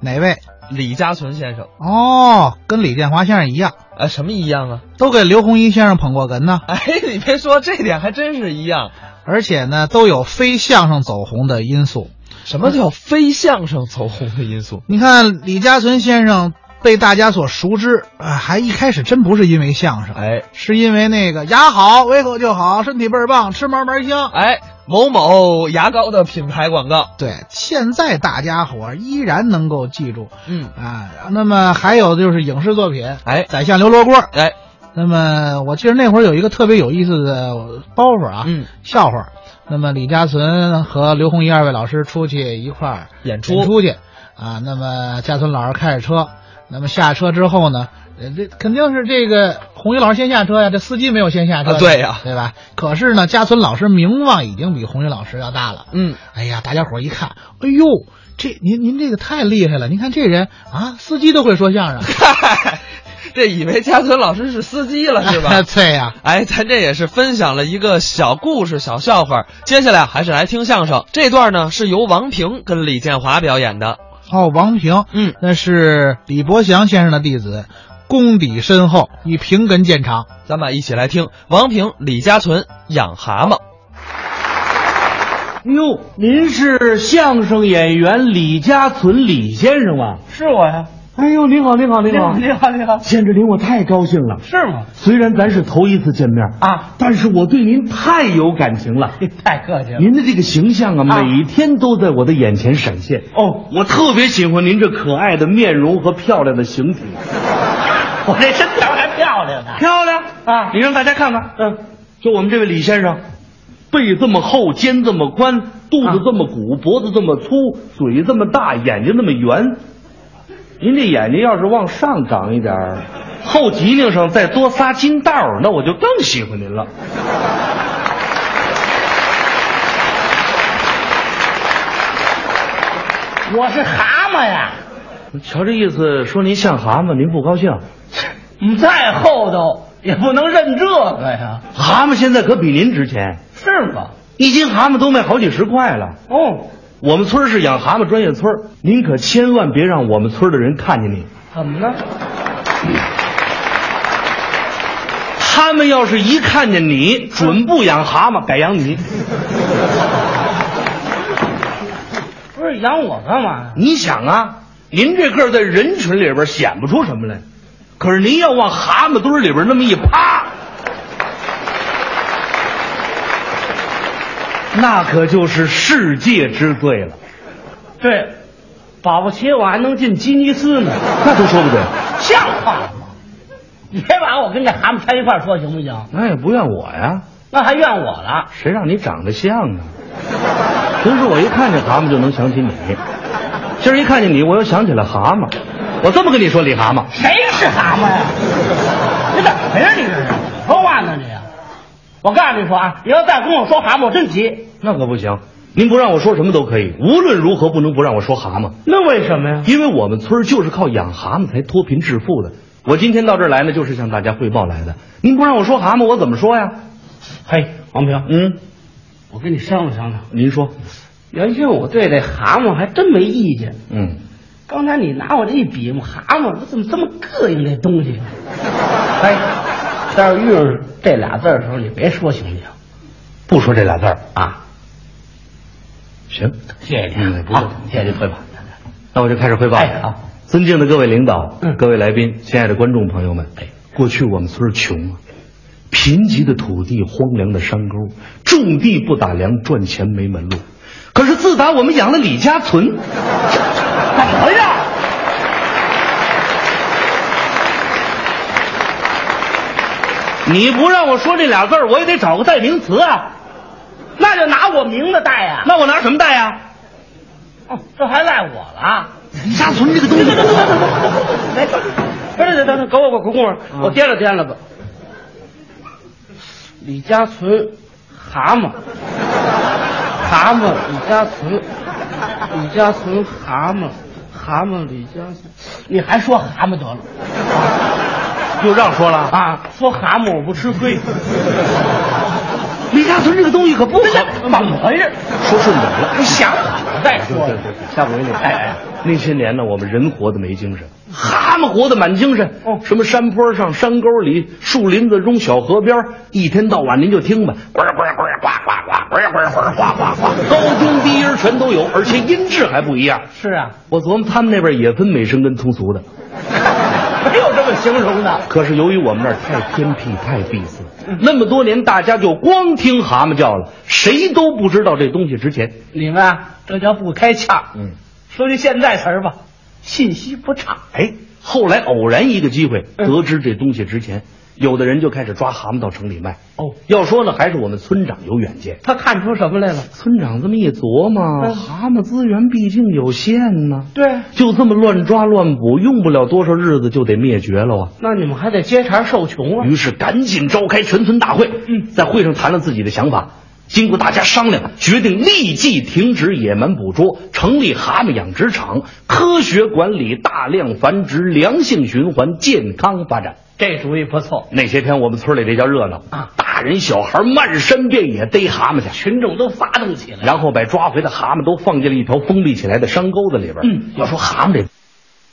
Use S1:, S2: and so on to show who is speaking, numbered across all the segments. S1: 哪位？
S2: 李嘉存先生，
S1: 哦，跟李建华先生一样，
S2: 啊，什么一样啊？
S1: 都给刘洪一先生捧过哏呢，
S2: 哎，你别说，这点还真是一样。
S1: 而且呢，都有非相声走红的因素。
S2: 什么叫非相声走红的因素？
S1: 你看李嘉存先生被大家所熟知，啊，还一开始真不是因为相声，
S2: 哎
S1: 是因为那个牙好，胃口就好，身体倍儿棒，吃嘛嘛香。
S2: 哎，某某牙膏的品牌广告，
S1: 对，现在大家伙儿依然能够记住
S2: 嗯，
S1: 啊。那么还有就是影视作品，
S2: 哎
S1: 宰相刘罗锅。
S2: 哎，
S1: 那么我记得那会儿有一个特别有意思的包袱啊，
S2: 嗯，
S1: 笑话。那么李嘉存和刘洪一二位老师出去一块儿
S2: 演出
S1: 演出去啊。那么嘉存老师开着车，那么下车之后呢，呃这肯定是这个洪一老师先下车呀，这司机没有先下车、
S2: 啊对呀
S1: 对吧？可是呢，嘉存老师名望已经比洪一老师要大了。
S2: 嗯，
S1: 哎呀，大家伙儿一看，哎呦，这您您这个太厉害了！您看这人啊，司机都会说相声，
S2: 嗨， 这以为嘉存老师是司机了 是 吧？
S1: 对呀、
S2: 哎，咱这也是分享了一个小故事、小笑话。接下来还是来听相声。这段呢是由王平跟李建华表演的。
S1: 哦，王平，
S2: 嗯，
S1: 那是李伯祥先生的弟子，功底深厚，以平根见长。
S2: 咱们一起来听王平、李嘉存养蛤蟆。
S3: 哟，您是相声演员李家存李先生吗？
S4: 是我呀！
S3: 哎呦，您好，您好，您好，
S4: 你好，你好，
S3: 见着您我太高兴了。
S4: 是吗？
S3: 虽然咱是头一次见面
S4: 啊，
S3: 但是我对您太有感情了。
S4: 太客气了。
S3: 您的这个形象啊，
S4: 啊
S3: 每天都在我的眼前闪现。
S4: 哦，
S3: 我特别喜欢您这可爱的面容和漂亮的形体，
S4: 我这身条还漂亮呢。
S3: 漂亮
S4: 啊
S3: 你让大家看看，嗯，就我们这位李先生，背这么厚，肩这么宽，肚子
S4: 啊
S3: 这么鼓，脖子这么粗，嘴这么大，眼睛那么圆。您这眼睛要是往上长一点儿，后脊梁上再多仨金道儿，那我就更喜欢您了。
S4: 我是蛤蟆呀，
S3: 瞧这意思，说您像蛤蟆，您不高兴？
S4: 你再厚道也不能认这个哎呀，
S3: 蛤蟆现在可比您值钱，
S4: 是吗？
S3: 一斤蛤蟆都卖好几十块了。
S4: 哦，
S3: 我们村儿是养蛤蟆专业村儿，您可千万别让我们村儿的人看见你。
S4: 怎么呢？
S3: 他们要是一看见你，准不养蛤蟆，改养你。
S4: 不是养我干嘛呀？
S3: 你想啊，您这个儿在人群里边显不出什么来，可是您要往蛤蟆堆儿里边那么一趴，那可就是世界之最了。
S4: 对，保不齐我还能进吉尼斯呢，
S3: 那都说不对，
S4: 像话吗？你别把我跟这蛤蟆掺一块儿说行不行？
S3: 那也不怨我呀，
S4: 那还怨我了？
S3: 谁让你长得像呢？平时我一看见蛤蟆就能想起你，今儿一看见你，我又想起了蛤蟆。我这么跟你说，李蛤蟆，
S4: 谁是蛤蟆呀？你怎么呀？你这是说话呢你？我告诉你说啊，你要再跟我说蛤蟆，我真急。
S3: 那可不行，您不让我说什么都可以，无论如何不能不让我说蛤蟆，
S4: 那为什么呀？
S3: 因为我们村儿就是靠养蛤蟆才脱贫致富的。我今天到这儿来呢，就是向大家汇报来的。您不让我说蛤蟆，我怎么说呀？
S4: 嘿，王平，
S3: 嗯，
S4: 我跟你商量商量。
S3: 您说，
S4: 原先我对这蛤蟆还真没意见，
S3: 嗯，
S4: 刚才你拿我这一比划，蛤蟆我怎么这么膈应这东 西？哎，待会儿遇上这俩字儿的时候，你别说行不行
S3: 不说这俩字儿，
S4: 啊？
S3: 行，
S4: 谢谢
S3: 嗯
S4: 你，
S3: 不客气
S4: 好谢谢您汇报。
S3: 那我就开始汇报了。
S4: 哎好
S3: 尊敬的各位领导、
S4: 嗯
S3: 各位来宾、亲爱的观众朋友们，哎，过去我们村儿穷啊，贫瘠的土地、荒凉的山沟，种地不打粮，赚钱没门路。可是自打我们养了李家存，
S4: 怎么哎呀？
S3: 你不让我说这俩字儿，我也得找个代名词啊。
S4: 那就拿我名字带呀、
S3: 那我拿什么啊代呀、
S4: 哦，这还赖我了？
S3: 李家存这个东 西，
S4: 哎，等等等等，给我个功夫，我掂量掂量吧。李家存，蛤蟆，蛤蟆，李家存，李家存，蛤蟆，蛤蟆，李家存。你还说蛤蟆得了
S3: 又让说了。
S4: 啊？说蛤蟆我不吃亏。
S3: 李家村这个东西可不好，
S4: 怎么回事？
S3: 说顺嘴了，
S4: 你想好了再
S3: 对
S4: 说
S3: 对
S4: 呀。
S3: 对，下回那哎哎，那些年呢，我们人活得没精神，蛤蟆活得满精神。
S4: 哦
S3: 什么山坡上、山沟里、树林子中、小河边，一天到晚您就听吧，呱呱呱呱呱呱呱呱呱呱呱呱，高中低音全都有，而且音质还不一样。
S4: 是啊，
S3: 我琢磨他们那边也分美声跟通俗的，
S4: 没有这么形容的。
S3: 可是由于我们那儿太偏僻、太闭塞，那么多年大家就光听蛤蟆叫了，谁都不知道这东西值钱。
S4: 你们啊，这叫不开窍。
S3: 嗯，
S4: 说句现在词儿吧，信息不畅。
S3: 哎，后来偶然一个机会得知这东西值钱，有的人就开始抓蛤蟆到城里卖。
S4: 哦，
S3: 要说呢，还是我们村长有远见。
S4: 他看出什么来了？
S3: 村长这么一琢磨，
S4: 嗯
S3: 蛤蟆资源毕竟有限呢，
S4: 对，
S3: 就这么乱抓乱捕，用不了多少日子就得灭绝了啊。
S4: 那你们还得接茬受穷啊。
S3: 于是赶紧召开全村大会，
S4: 嗯
S3: 在会上谈了自己的想法。经过大家商量，决定立即停止野蛮捕捉，成立蛤蟆养殖场，科学管理，大量繁殖，良性循环，健康发展。
S4: 这主意不错，
S3: 那些天我们村里这叫热闹
S4: 啊
S3: 大人小孩漫山遍野逮蛤蟆去，
S4: 群众都发动起来。
S3: 然后把抓回的蛤蟆都放进了一条封闭起来的山沟子里边。
S4: 嗯，
S3: 要说蛤蟆这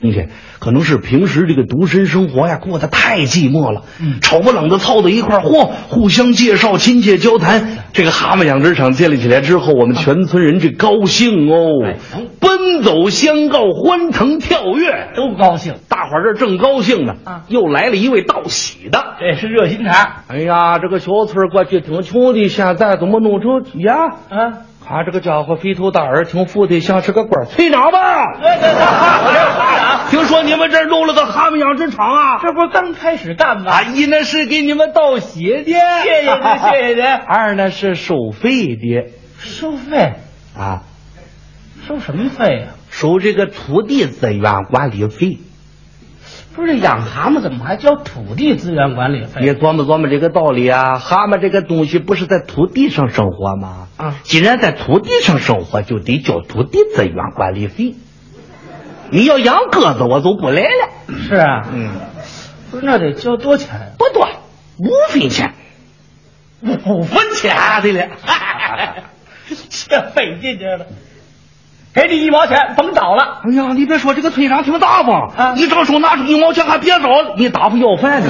S3: 东西，可能是平时这个独身生活呀过得太寂寞了，
S4: 嗯
S3: 吵不冷的凑到一块儿，嚯，互相介绍，亲切交谈。这个蛤蟆养殖场建立起来之后，我们全村人这高兴哦，
S4: 哎
S3: 奔走相告，欢腾跳跃。
S4: 都高兴，
S3: 大伙儿这正高兴呢，
S4: 啊
S3: 又来了一位道喜的，
S4: 这是热心肠
S3: 嗯哎呀，这个小村儿过去挺穷的，现在怎么弄成呀？
S4: 啊！
S3: 看这个家伙肥头大耳，挺富的，像是个官儿。村长吧，
S4: 对对 对，
S3: 听说你们这儿弄了个蛤蟆养殖场啊？
S4: 这不是刚开始干吗？
S3: 啊，一呢是给你们道喜的，谢
S4: 哎谢谢 您，谢谢您。
S3: 二呢是收费的
S4: 收费
S3: 啊，
S4: 收什么费啊呀、
S3: 收这个土地资源管理费。
S4: 不是养蛤蟆怎么还交土地资源管理
S3: 你
S4: 费？
S3: 琢磨琢磨这个道理啊，蛤蟆这个东西不是在土地上生活吗？
S4: 啊
S3: 既然在土地上生活，就得交土地资源管理费。你要养鸽子，我就不来了。
S4: 是啊，
S3: 嗯，
S4: 不是那得交多 钱？啊
S3: 不多，五分钱，
S4: 五
S3: 分钱对了。
S4: 这费劲着了，给你一毛钱，甭找了。
S3: 哎呀，你别说，这个村长挺大方
S4: 啊
S3: 一张手拿出一毛钱还别找，你打发要饭呢？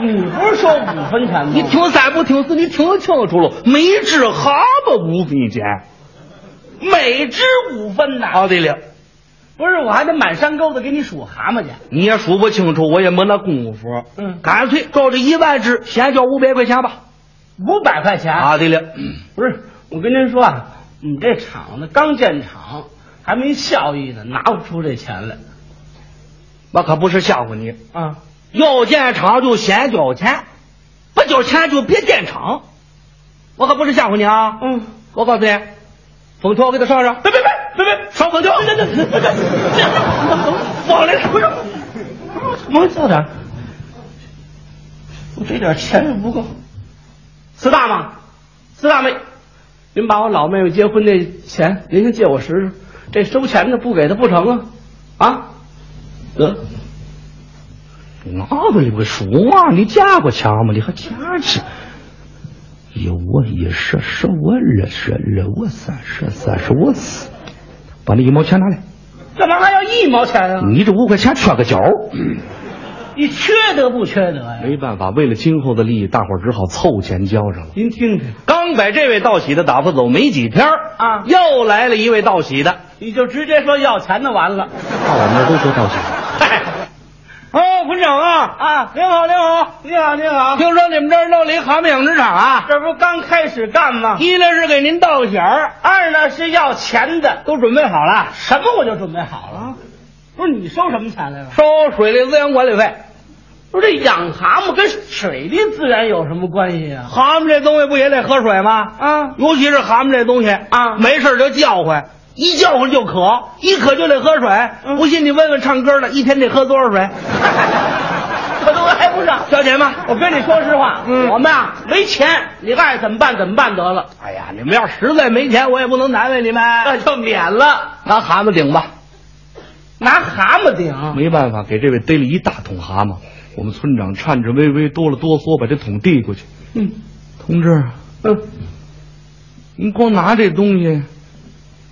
S4: 你不是说五分钱吗？
S3: 你听三不听四，你听清楚了，每只蛤蟆五分钱。
S4: 每只五分呐、
S3: 啊，对了，
S4: 不是，我还得满山沟子给你数蛤蟆去。
S3: 你也数不清楚，我也没那功夫。
S4: 嗯
S3: 干脆照这一万只，先交五百块钱吧。
S4: 五百块钱
S3: 啊，对了，嗯
S4: 不是，我跟您说啊，我们这厂子刚建厂，还没效益呢，拿不出这钱来
S3: 那可不是吓唬你，
S4: 啊。
S3: 要建厂就先交钱，不交钱就别建厂。我可不是吓唬你啊！
S4: 嗯，
S3: 我告诉你，封条给他上上，别别别别别，上封条，别别别别别， 往来不是，
S4: 我这点儿，我这点儿钱也不够。四大妈，四大妹，您把我老妹妹结婚那钱，您先借我使使。这收钱的不给他不成啊？啊，得，
S3: 哪个里不数啊？你见过钱吗？你还见去？一五一十，十五二十，二五三十，三十五四，把那一毛钱拿来。
S4: 干嘛还要一毛钱啊？
S3: 你这五块钱缺个角儿，
S4: 你缺德不缺德呀、
S3: 没办法，为了今后的利益，大伙儿只好凑钱交上了。
S4: 您听听，
S3: 刚把这位道喜的打发走没几天儿
S4: 啊
S3: 又来了一位道喜的，
S4: 你就直接说要钱的完了。
S3: 到我们那儿都说道喜。
S4: 哦，村长啊啊，您好，您好，您好，您好，
S3: 听说你们这儿弄了一蛤蟆养殖场啊？
S4: 这不刚开始干吗？
S3: 一呢是给您道喜儿，
S4: 二呢是要钱的，
S3: 都准备好了，
S4: 什么我就准备好了。不是你收什么钱来了？
S3: 收水利资源管理费。
S4: 不是这养蛤蟆跟水利资源有什么关系啊？
S3: 蛤蟆这东西不也得喝水吗？
S4: 啊，
S3: 尤其是蛤蟆这东西
S4: 啊
S3: 没事儿就叫唤，一叫唤就渴，一渴就得喝水。
S4: 嗯
S3: 不信你问问唱歌的，一天得喝多少水？
S4: 我都挨不上。
S3: 交钱吧。
S4: 我跟你说实话，
S3: 嗯
S4: 我们啊没钱，你爱怎么办怎么办得了，
S3: 哎呀，你们要实在没钱，我也不能难为你们。
S4: 那就免了，
S3: 拿蛤蟆顶吧，
S4: 拿蛤蟆顶。
S3: 没办法，给这位逮了一大桶蛤蟆。我们村长颤颤巍巍、哆了哆嗦，把这桶递过去。
S4: 嗯
S3: 同志，啊
S4: 嗯，
S3: 您光拿这东西，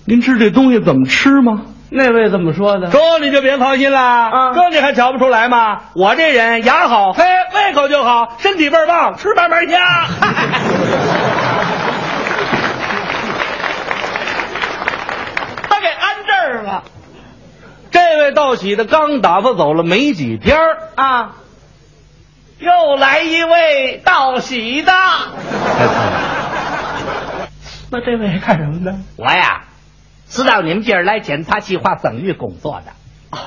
S3: 您知这东西怎么吃吗？
S4: 那位怎么说的？
S3: 说你就别操心啦，
S4: 啊
S3: 哥你还瞧不出来吗？我这人牙好黑，胃口就好，身体倍儿棒，吃嘛嘛香。他给安这儿了。这位道喜的刚打发走了没几天儿
S4: 啊，又来一位道喜的。
S3: 哎
S4: 那这位干什么的？
S5: 我呀，知道你们今儿来检查计划生育工作的
S4: 哦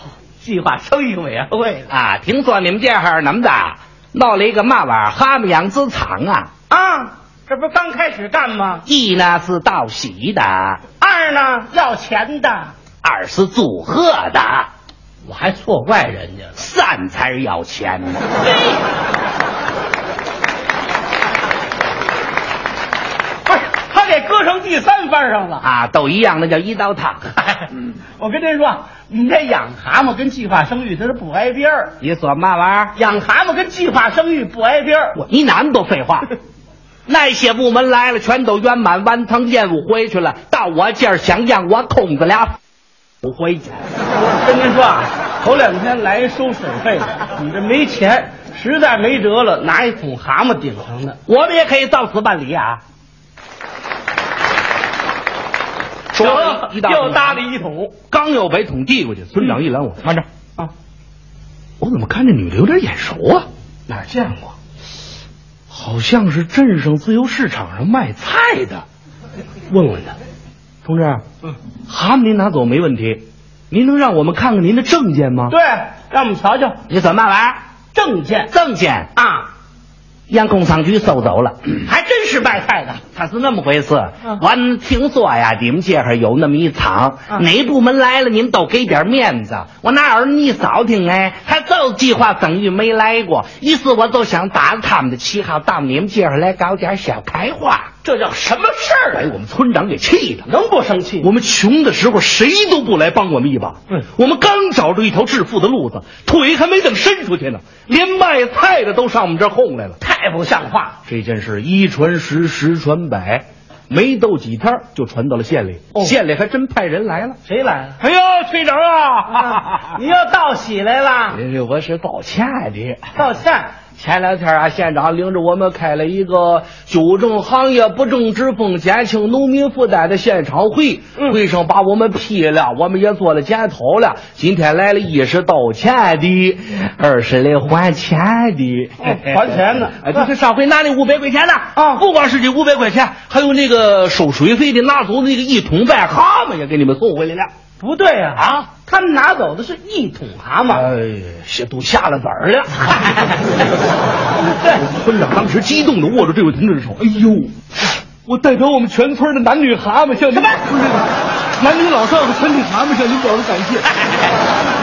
S4: 计划生育委员会的
S5: 啊，听说你们这哈儿怎么的，闹了一个嘛玩意儿哈姆养殖场啊，
S4: 啊，这不刚开始干吗？
S5: 一呢是道喜的，
S4: 二呢，要钱的。
S5: 二是祝贺的，
S4: 我还错怪人家了。
S5: 三才是要钱呢。
S4: 不是，哎他给搁上第三番上了。
S5: 啊，都一样，那叫一刀嗯烫。
S3: 嗯
S4: 我跟您说，你这养蛤蟆跟计划生育它是不挨边儿，
S5: 你说嘛玩意儿？
S4: 养蛤蟆跟计划生育不挨边儿。
S5: 我你哪那么多废话？那些部门来了，全都圆满完成任务回去了。到我这儿想让我空着俩，不回去。
S4: 我跟您说啊，头两天来收水费的，你这没钱，实在没辙了，拿一桶蛤蟆顶上的。
S5: 我们也可以照此办理啊。
S4: 得了，
S5: 一道理
S4: 又
S3: 啊
S4: 搭了一桶。
S3: 刚要把桶递过去，村长一拦我，慢着
S4: 啊！
S3: 我怎么看这女的有点眼熟啊？哪儿见过？好像是镇上自由市场上卖菜的。问问他，同志，嗯，蛤蟆您拿走没问题，您能让我们看看您的证件吗？
S4: 对，让我们瞧瞧
S5: 你怎么玩意儿？
S4: 证件
S5: 证件
S4: 啊，
S5: 让工商局收走了。
S4: 还真是卖菜的。
S5: 他是那么回事
S4: 嗯，
S5: 完听说呀，你们这儿有那么一场，
S4: 嗯
S5: 哪部门来了，你们都给点面子。我那儿你少听哎，他就计划生育没来过，于是我就想打着他们的旗号到你们这儿来搞点小开花，
S4: 这叫什么事儿
S3: 哎，
S4: 啊？嗯
S3: 我们村长给气的。
S4: 能不生气吗？
S3: 我们穷的时候，谁都不来帮我们一把。嗯，我们刚找着一条致富的路子，腿还没等伸出去呢，连卖菜的都上我们这儿哄来了。
S4: 太不像话了。
S3: 这件事一传十，十传百，没斗几天儿就传到了县里。县里还真派人来了。
S4: 谁来了？
S3: 哦哎呦，村长
S4: 啊
S3: 啊！
S4: 你又道喜来了，
S3: 这我是道歉啊的。
S4: 道歉。
S3: 前两天啊，县长领着我们开了一个纠正行业不正之风、减轻农民负担的现场会，
S4: 嗯
S3: 会上把我们批了，我们也做了检讨了。今天来了，一是道歉的，二是来还钱的，
S4: 哦还钱的
S3: 哎，就是上回拿那五百块钱的
S4: 啊
S3: 不光是这五百块钱，还有那个收水费的拿走的那个一桶半蛤蟆也给你们送回来了。
S4: 不对呀、啊，呃他们拿走的是一桶蛤蟆。
S3: 哎，这都下了崽儿 了。村长当时激动的握住这位同志的手，哎呦，我代表我们全村的男女蛤蟆向您什么不是男女老少的全体蛤蟆向您表示感谢。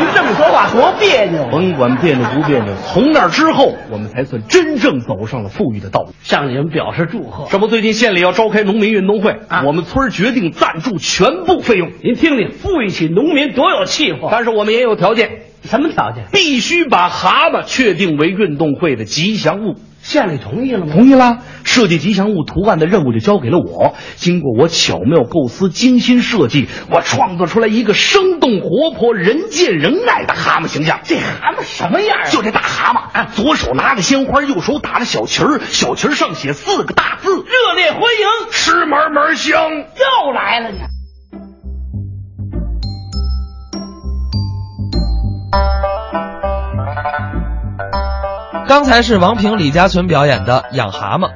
S4: 您这么说话多别扭啊！
S3: 甭管别扭不别扭，从那之后，我们才算真正走上了富裕的道路。
S4: 向你们表示祝贺。
S3: 这不，最近县里要召开农民运动会，
S4: 啊
S3: 我们村儿决定赞助全部费用，
S4: 您听听，富裕起农民多有气魄。
S3: 但是我们也有条件，
S4: 什么条件？
S3: 必须把蛤蟆确定为运动会的吉祥物。
S4: 县里同意了吗？
S3: 同意啦！设计吉祥物图案的任务就交给了我。经过我巧妙构思、精心设计，我创作出来一个生动活泼、人见人爱的蛤蟆形象。这
S4: 蛤蟆什么样啊？
S3: 就这大蛤蟆啊，左手拿着鲜花，右手打着小旗儿，小旗儿上写四个大字：热烈欢迎，吃嘛嘛香。
S4: 又来了你。
S2: 刚才是王平、李家存表演的《养蛤蟆》。